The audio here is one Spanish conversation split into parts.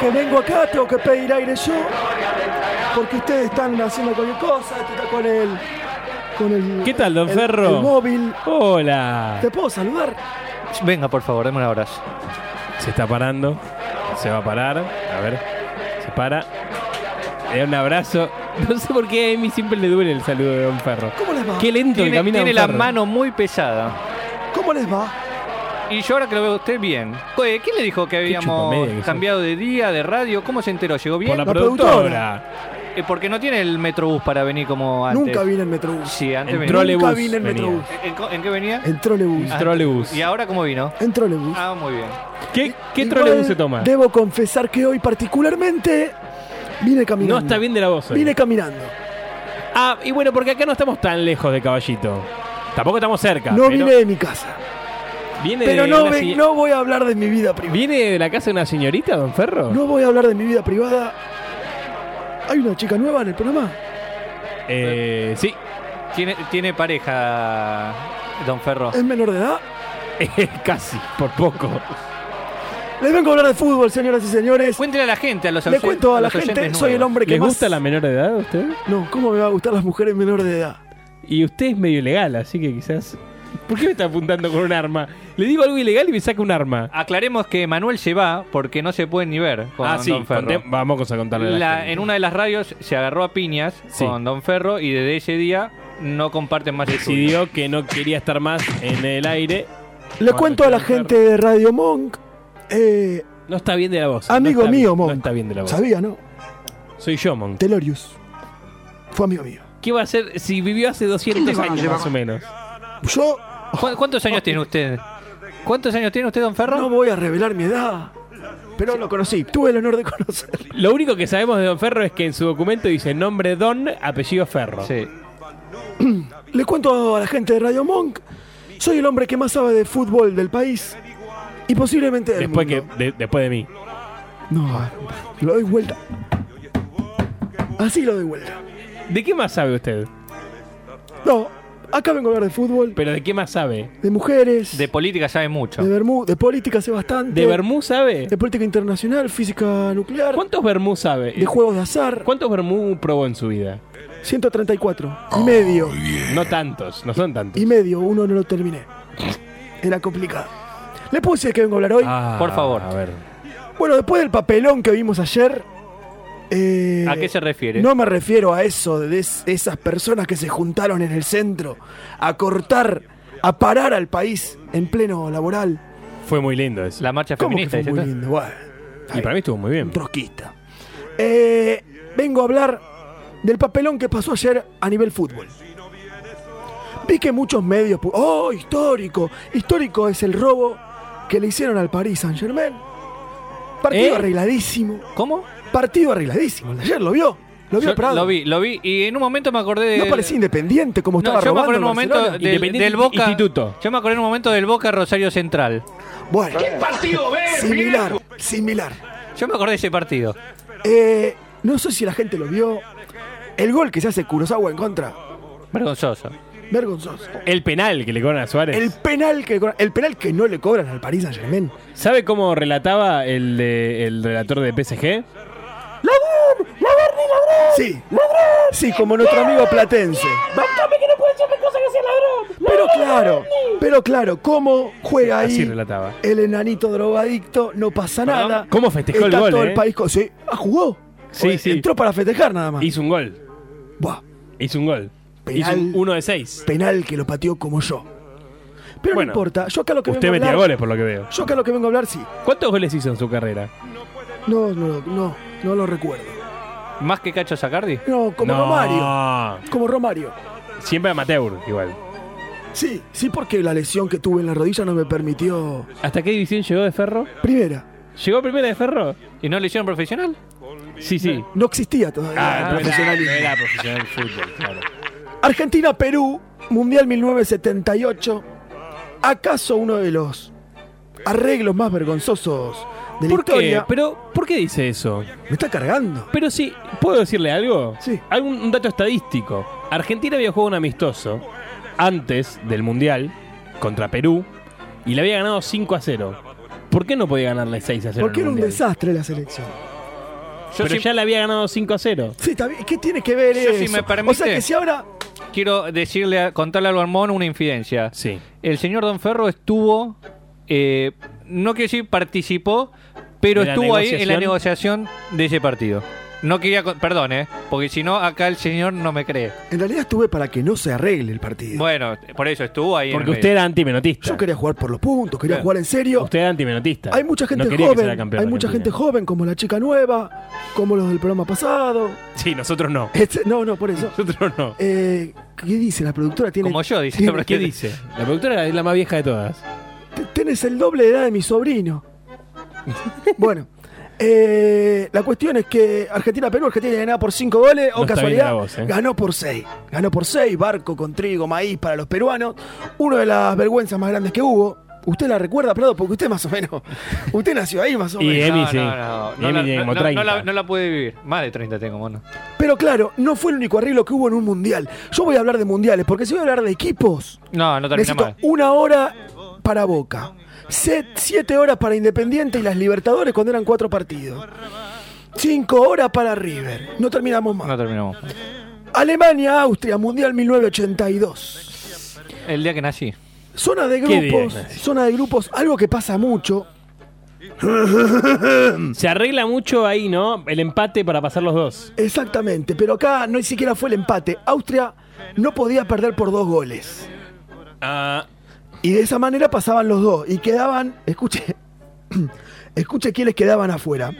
que vengo acá tengo que pedir aire yo, porque ustedes están haciendo cualquier cosa, este está con el, con el, ¿Qué tal, don el- Ferro? el móvil. Hola. ¿Te puedo saludar? Venga, por favor, dame un abrazo. Se está parando. Se va a parar. A ver. Se para. Le da un abrazo. No sé por qué a Emi siempre le duele el saludo de Don Ferro. ¿Cómo les va? Qué lento que Tiene, camina tiene Don la Ferro. mano muy pesada. ¿Cómo les va? Y yo ahora que lo veo a usted bien. Oye, ¿quién le dijo que chupamedia que habíamos sos. cambiado de día, de radio? ¿Cómo se enteró? ¿Llegó bien? Por la, La productora. productora. Eh, Porque no tiene el Metrobús para venir como antes. Nunca vine en Metrobús. Sí, antes El venía. Eh, trole- Nunca Trolebús vine en venía. Metrobús. ¿En, co- en qué venía? En trolebús. Ah. trolebús. ¿Y ahora cómo vino? En trolebús. Ah, muy bien. ¿Qué, qué Igual trolebús se toma? Debo confesar que hoy particularmente vine caminando. No está bien de la voz. hoy. Vine caminando. Ah, y bueno, porque acá no estamos tan lejos de caballito. Tampoco estamos cerca. No pero vine de mi casa. Viene Pero de no, una ve- se- no voy a hablar de mi vida privada. ¿Viene de la casa de una señorita, don Ferro? No voy a hablar de mi vida privada. ¿Hay una chica nueva en el programa? Eh, sí. Tiene, tiene pareja, don Ah. Ferro. ¿Es menor de edad? Eh, Casi, por poco. Les vengo a hablar de fútbol, señoras y señores. Cuéntele a la gente, a los Le ausen- cuento a la los gente, oyentes soy el nuevos. hombre que ¿Les más... gusta la menor edad a usted? No, ¿cómo me va a gustar las mujeres menor de edad? Y usted es medio ilegal, así que quizás. ¿Por qué me está apuntando con un arma? Le digo algo ilegal y me saca un arma. Aclaremos que Manuel se va porque no se puede ni ver con Ah, don Ferro. Ah, conté- vamos a contarle. a la La- gente. en una de las radios se agarró a piñas Sí. con Don Ferro y desde ese día no comparten más estudios. Decidió que no quería estar más en el aire. Le Cuando cuento a la quiera entrar. gente de Radio Monk. eh, No está bien de la voz. Amigo No está mío, bien- Monk. No está bien de la voz. sabía, ¿no? Soy yo, Monk. Telorius. Fue amigo mío. ¿Qué va a hacer si vivió hace 200 años más o menos? Yo ¿Cu- ¿Cuántos años tiene usted? ¿Cuántos años tiene usted, Don Ferro? no voy a revelar mi edad. Pero lo conocí, tuve el honor de conocerlo. Lo único que sabemos de Don Ferro es que en su documento dice nombre Don, apellido Ferro. Sí. Le cuento a la gente de Radio Monk. Soy el hombre que más sabe de fútbol del país. Y posiblemente del Después, que, mundo. de- después de mí. No, lo doy vuelta. Así lo doy vuelta. ¿De qué más sabe usted? No, acá vengo a hablar de fútbol, ¿Pero de qué más sabe? de mujeres, De de, política sabe mucho. Bermú, de política sé bastante. ¿De Bermú sabe? de política internacional, física nuclear, ¿Cuántos Bermú sabe? de juegos de azar. ¿Cuántos Bermú probó en su vida? 134. Y medio. No tantos, no son tantos. Y medio, uno no lo terminé. Era complicado. ¿Le puedo decir de qué vengo a hablar hoy? Ah, Por favor. A ver. Bueno, después del papelón que vimos ayer. eh, ¿A qué se refiere? No me refiero a eso, de es- esas personas que se juntaron en el centro a cortar, a parar al país en pleno laboral. Fue muy lindo eso. La marcha ¿Cómo que feminista. fue muy ¿cierto? lindo? Bueno, Y para mí estuvo muy bien. trotskista. Eh, vengo a hablar del papelón que pasó ayer a nivel fútbol. Vi que muchos medios... pu- ¡Oh, histórico! Histórico es el robo que le hicieron al Paris Saint-Germain. Partido ¿Eh? arregladísimo. ¿Cómo? Partido arregladísimo. El de Ayer lo vio. Lo vio Yo Prado. lo vi, lo vi. Y en un momento me acordé de. No parecía independiente como No, estaba yo me robando acordé en un el momento Barcelona. del, Independiente del Boca. Instituto. Yo me acordé en un momento del Boca Rosario Central. Bueno. Similar, similar. Yo me acordé de ese partido. Eh, no sé si la gente lo vio. El gol que se hace Kurosawa en contra. Vergonzoso. Vergonzoso. El penal que le cobran a Suárez. El penal que, el penal que no le cobran al Paris Saint Germain. ¿Sabe cómo relataba el, de- el relator de PSG? Ah. Sí. Sí, como nuestro amigo platense. Pero claro, pero claro, cómo juega Así ahí relataba. el enanito drogadicto, no pasa ¿Perdón? nada. ¿Cómo festejó el Está gol, todo eh? el país con- sí. Ah, jugó. Sí, sí. Entró para festejar nada más. Hizo un gol. Buah, Hizo un gol. Penal. Hizo un- uno de seis. penal que lo pateó como yo. Pero Bueno, no importa, yo acá lo que Usted vengo a metía hablar, goles, por lo que veo. Yo acá lo que vengo a hablar sí. ¿Cuántos goles hizo en su carrera? No, no, no, no lo recuerdo. ¿Más que Cacho Sacardi? No, como no. Romario. Como Romario. Siempre amateur, igual. Sí, sí, porque la lesión que tuve en la rodilla no me permitió. ¿Hasta qué división llegó de Ferro? Primera, ¿Llegó primera de Ferro? ¿Y no le hicieron profesional? Sí, sí. no existía todavía Ah, el no era, no profesionalismo. era profesional en fútbol, claro. Argentina-Perú, Mundial 1978. ¿Acaso uno de los arreglos más vergonzosos de la ¿Por qué? historia? Pero, ¿por qué dice eso? Me está cargando. Pero sí, ¿puedo decirle algo? Sí. Algún un dato estadístico. Argentina había jugado un amistoso antes del Mundial contra Perú y le había ganado 5 a 0. ¿Por qué no podía ganarle 6 a 0? Porque era en el un Mundial? desastre la selección. Yo pero sí- ya le había ganado 5 a 0. Sí, está bien. ¿Qué tiene que ver Yo, eso? si me O sea permite- que si ahora. Quiero decirle, a- contarle al Armón una infidencia. Sí. El señor Don Ferro estuvo, eh, no quiero decir participó, pero ¿De la estuvo ahí en la negociación de ese partido. No quería, con- perdón, eh, porque si no, acá el señor no me cree. En realidad estuve para que no se arregle el partido. Bueno, por eso estuvo ahí. en Porque el usted medio. era antimenotista. Yo quería jugar por los puntos, quería Bien. jugar en serio. Usted era antimenotista. Hay mucha gente No quería que joven. sea campeón Hay de mucha gente Argentina. joven, como la chica nueva, como los del programa pasado. Sí, nosotros no. Este- no, no, por eso. Nosotros no. Eh, ¿Qué dice? La productora tiene. Como yo, dice. tiene- ¿Qué dice? La productora es la más vieja de todas. T- Tenés el doble de edad de mi sobrino. bueno, eh, la cuestión es que Argentina-Perú, Argentina ganaba por 5 goles, o No está bien casualidad, la voz, ¿eh? ganó por 6. Ganó por 6, barco con trigo, maíz para los peruanos. Una de las vergüenzas más grandes que hubo. Usted la recuerda, Prado, porque usted más o menos. Usted nació ahí más o Y menos. Emi sí. No, no, no, Y no Emi la- tiene como no- no- no 30. la, no la puede vivir. Más de 30 tengo, mono. Pero claro, no fue el único arreglo que hubo en un mundial. Yo voy a hablar de mundiales, porque si voy a hablar de equipos, No, no termina Necesito más. una hora para Boca. Se- siete horas para Independiente y las Libertadores cuando eran cuatro partidos. Cinco horas para River. No terminamos más. No terminamos. Alemania, Austria, Mundial 1982. El día que nací. Zona de Qué grupos. bien. Zona de grupos. Algo que pasa mucho. Se arregla mucho ahí, ¿no? El empate para pasar los dos. Exactamente. Pero acá no siquiera fue el empate. Austria no podía perder por dos goles. Ah, Y de esa manera pasaban los dos. Y quedaban, escuche, escuche quiénes quedaban afuera.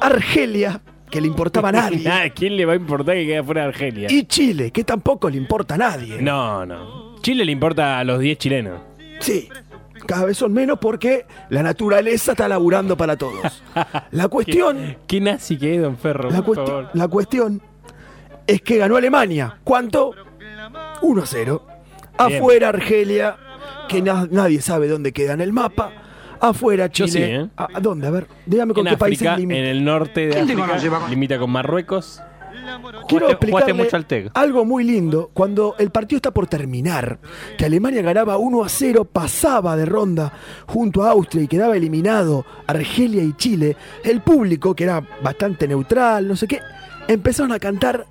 Argelia, que le importaba a nadie. nada, ¿Quién le va a importar que quede fuera Argelia? Y Chile, que tampoco le importa a nadie. No, no. Chile le importa a los 10 chilenos. Sí. Cada vez son menos porque la naturaleza está laburando para todos. La cuestión, Qué nazi que es, don Ferro. la, por cuesti- favor. la cuestión es que ganó Alemania. ¿Cuánto? 1 a 0. Bien. Afuera Argelia, que na- nadie sabe dónde queda en el mapa. Afuera Yo Chile. sí, ¿eh? ¿A a dónde? A ver, dígame con En qué África, países en limita. el norte de África, limita con Marruecos. Quiero Jugaste- jugaste explicarle mucho al TEC. algo muy lindo. Cuando el partido está por terminar, que Alemania ganaba 1 a 0, pasaba de ronda junto a Austria y quedaba eliminado Argelia y Chile, el público, que era bastante neutral, no sé qué, empezaron a cantar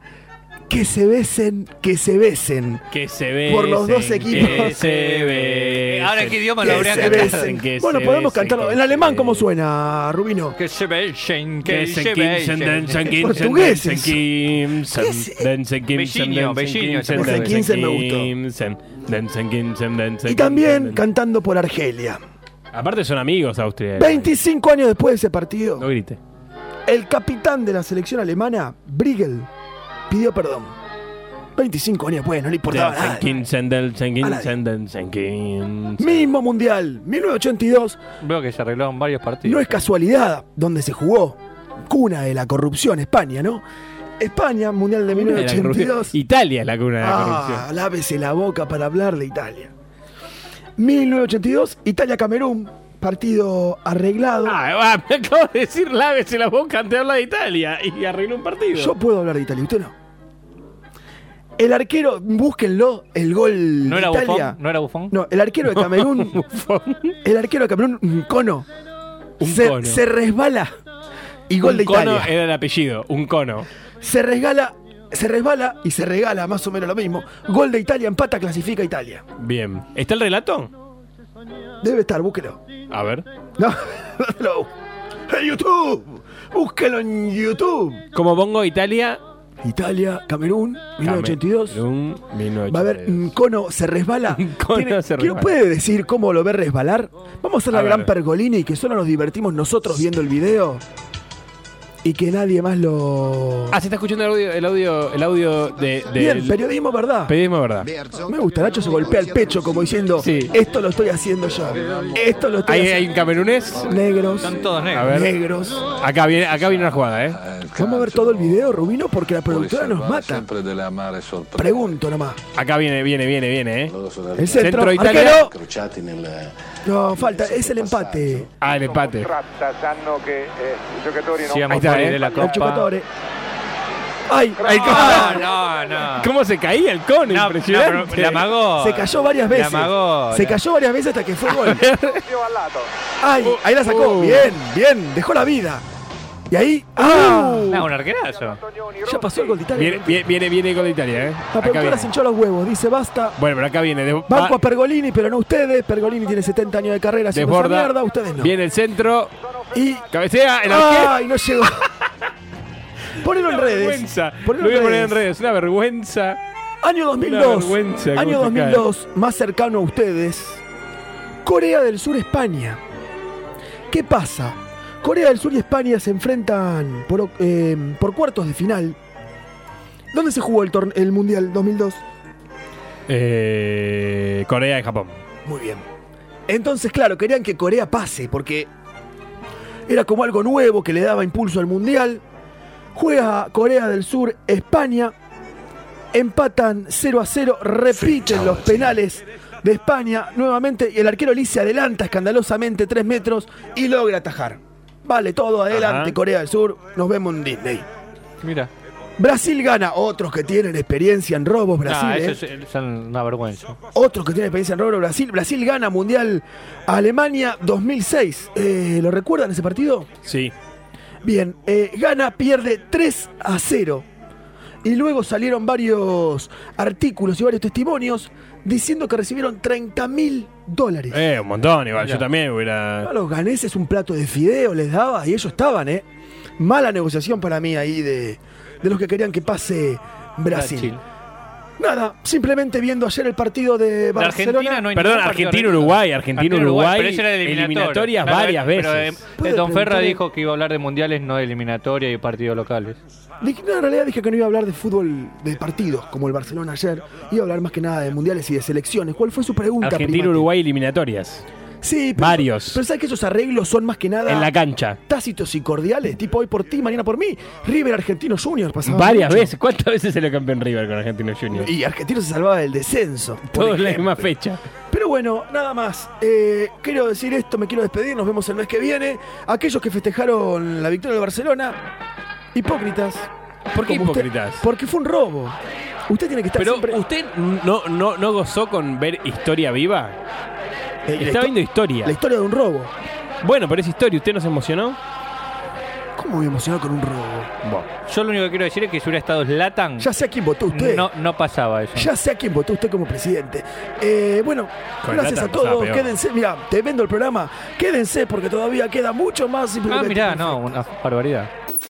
que se besen, que se besen. Que se ve. Por los dos equipos. Que se ve. Ahora, ¿qué idioma lo Que habrían se cantado? besen. que bueno, se podemos besen, cantarlo. que En se alemán, ¿cómo besen. suena, Rubino? Que se besen, Que que se se quinsen, besen. densen, quinsen, Portugueses. densen, quinsen, ¿Qué es? densen, quinsen, Vecino, densen, vecino, quinsen, ese densen, quinsen me gustó. quinsen, densen, quinsen, densen, Y también quinsen, densen. cantando por Argelia. Aparte son amigos Austria. 25 años después de ese partido. Eh. No grite. El capitán de la selección alemana, Briegel, pidió perdón. 25 años después, no le importaba nada. Densen, quinsen, densen, A quinsen, densen, quinsen. Mismo mundial, 1982, Veo que se arreglaron varios partidos. no es casualidad donde se jugó. Cuna de la corrupción, España, ¿no? España, mundial de Cuna de la corrupción. 1982. Italia es la cuna de la Ah, corrupción. lávese la boca para hablar de Italia. 1982, Italia-Camerún, partido arreglado. Ah, va, me acabo de decir, lávese la boca antes de hablar de Italia y arregló un partido. Yo puedo hablar de Italia, usted no. El arquero, búsquenlo, el gol ¿No de era Italia. bufón? ¿No era bufón? No, el arquero de Camerún. el arquero de Camerún, un cono. se, cono. se resbala. Y gol un de cono Italia. era el apellido, un cono. Se resbala, se resbala y se regala, más o menos lo mismo. Gol de Italia, empata, clasifica a Italia. Bien. ¿Está el relato? Debe estar, búsquelo. A ver. No, no te lo busques. En YouTube. Búsquelo en YouTube. Como pongo Italia. Italia, Camerún, 1982. Camerún, 1982. Va a ver, un cono se resbala. Un cono Tiene- se ¿quién resbala. puede decir cómo lo ve resbalar? Vamos a hacer la A ver. gran pergolini y que solo nos divertimos nosotros viendo el video y que nadie más lo. Ah, se está escuchando el audio, el audio, el audio de, de- Bien, del- periodismo, ¿verdad? periodismo, ¿verdad? Me gusta, Nacho se golpea el pecho como diciendo: Sí. Esto lo estoy haciendo yo. Esto lo estoy Ahí hay haciendo. un camerunés. Negros. Están todos A negros. ver. Negros. Acá viene, acá viene una jugada, ¿eh? Vamos a ver todo el video, Rubino, porque la productora nos salvare mata. sempre delle amare sorprese. Pregunto nomás. Acá viene, viene, viene, viene, ¿eh? Loro sono El arrivati centro, Centro Italia. arquero. incrociati nel No, falta, es el empate. Ah, el empate. Tratta, sanno che eh, i giocatori non Siamo Ahí está, fuori eh. della El Coppa. chupatore. ¡Ay! Ay, cómo- No, no, no. ¿Cómo se caía el cono? No, Impresionante. no, pero la amagó. Se cayó varias La veces. amagó. Se La- cayó varias veces hasta que fue gol. più al lato. Ay, ahí la sacó. Uh. Bien, bien. Dejó la vida. Y ahí. ¡Ah! Ah, un arquerazo. Ya pasó el gol de Italia. Viene, viene, viene, viene con Italia, ¿eh? La Acá productora viene. se hinchó los huevos. Dice basta. Bueno, pero acá viene. de- Banco va- a Pergolini, pero no ustedes. Pergolini tiene 70 años de carrera. haciendo esa desborda. mierda, ustedes no. Viene el centro. Y. Cabecea, el arquero. ¡Ay, no llegó! Ponelo Ah, en Una redes. vergüenza. Lo Ponelo voy a poner en redes. Una vergüenza. Año Una 2002. vergüenza cómo Año se cae. 2002, más cercano a ustedes. Corea del Sur, España. ¿Qué pasa? Corea del Sur y España se enfrentan por, eh, por cuartos de final. ¿Dónde se jugó el, torne- el Mundial 2002? Eh, Corea y Japón. Muy bien. Entonces, claro, querían que Corea pase porque era como algo nuevo que le daba impulso al Mundial. Juega Corea del Sur, España. Empatan 0 a 0, repiten los penales de España nuevamente y el arquero Lee se adelanta escandalosamente 3 metros y logra atajar. Vale, todo adelante, Ajá. Corea del Sur, nos vemos en Disney. Mira. Brasil gana, otros que tienen experiencia en robos, Brasil. Ah, ¿eh? eso es, es una vergüenza. Otros que tienen experiencia en robo, Brasil. Brasil gana Mundial a Alemania 2006. Eh, ¿Lo recuerdan ese partido? Sí. Bien, eh, gana, pierde 3 a 0. Y luego salieron varios artículos y varios testimonios diciendo que recibieron 30 mil dólares. Eh, un montón, igual. Yo Mirá. también A hubiera. los ganeses un plato de fideo les daba y ellos estaban, ¿eh? Mala negociación para mí ahí de, de los que querían que pase Brasil. Nada, simplemente viendo ayer el partido de De Barcelona. Argentina no hay Perdón, ningún partido Argentina-Uruguay, reñido. Argentina-Uruguay, pero ese era de eliminatoria. eliminatorias varias veces. eh, ¿Puedo Don Ferra preguntarle? dijo que iba a hablar de mundiales, no de eliminatoria y partidos locales. Dije- no, en realidad dije que no iba a hablar de fútbol de partidos como el Barcelona ayer, iba a hablar más que nada de mundiales y de selecciones. ¿Cuál fue su pregunta? primate? Argentina-Uruguay, eliminatorias. Sí, pero, Varios. Pero sabes que esos arreglos son más que nada En la cancha. tácitos y cordiales, tipo hoy por ti, mañana por mí. River Argentino Junior pasaba Varias mucho. veces. ¿Cuántas veces se lo campeón River con Argentino Junior? Y Argentino se salvaba del descenso. por Todos la misma ejemplo. fecha. Pero bueno, nada más. Eh, quiero decir esto, me quiero despedir, nos vemos el mes que viene. Aquellos que festejaron la victoria de Barcelona, hipócritas. ¿Por qué Como usted- hipócritas? porque fue un robo. Usted tiene que estar Pero siempre... usted no, no, no gozó con ver historia viva. Eh, la Está viendo historia. La historia de un robo. Bueno, pero es historia. ¿Usted no se emocionó? ¿Cómo me emocionó con un robo? Bueno. Yo lo único que quiero decir es que si hubiera estado Zlatan, Ya sé a quién votó usted. no, no pasaba eso. Ya sé a quién votó usted como presidente. Eh, bueno, Con gracias Lata a todos. pasaba peor. Quédense, mira, te vendo el programa. Quédense porque todavía queda mucho más. y ah, Perfecto. mirá, no, una barbaridad.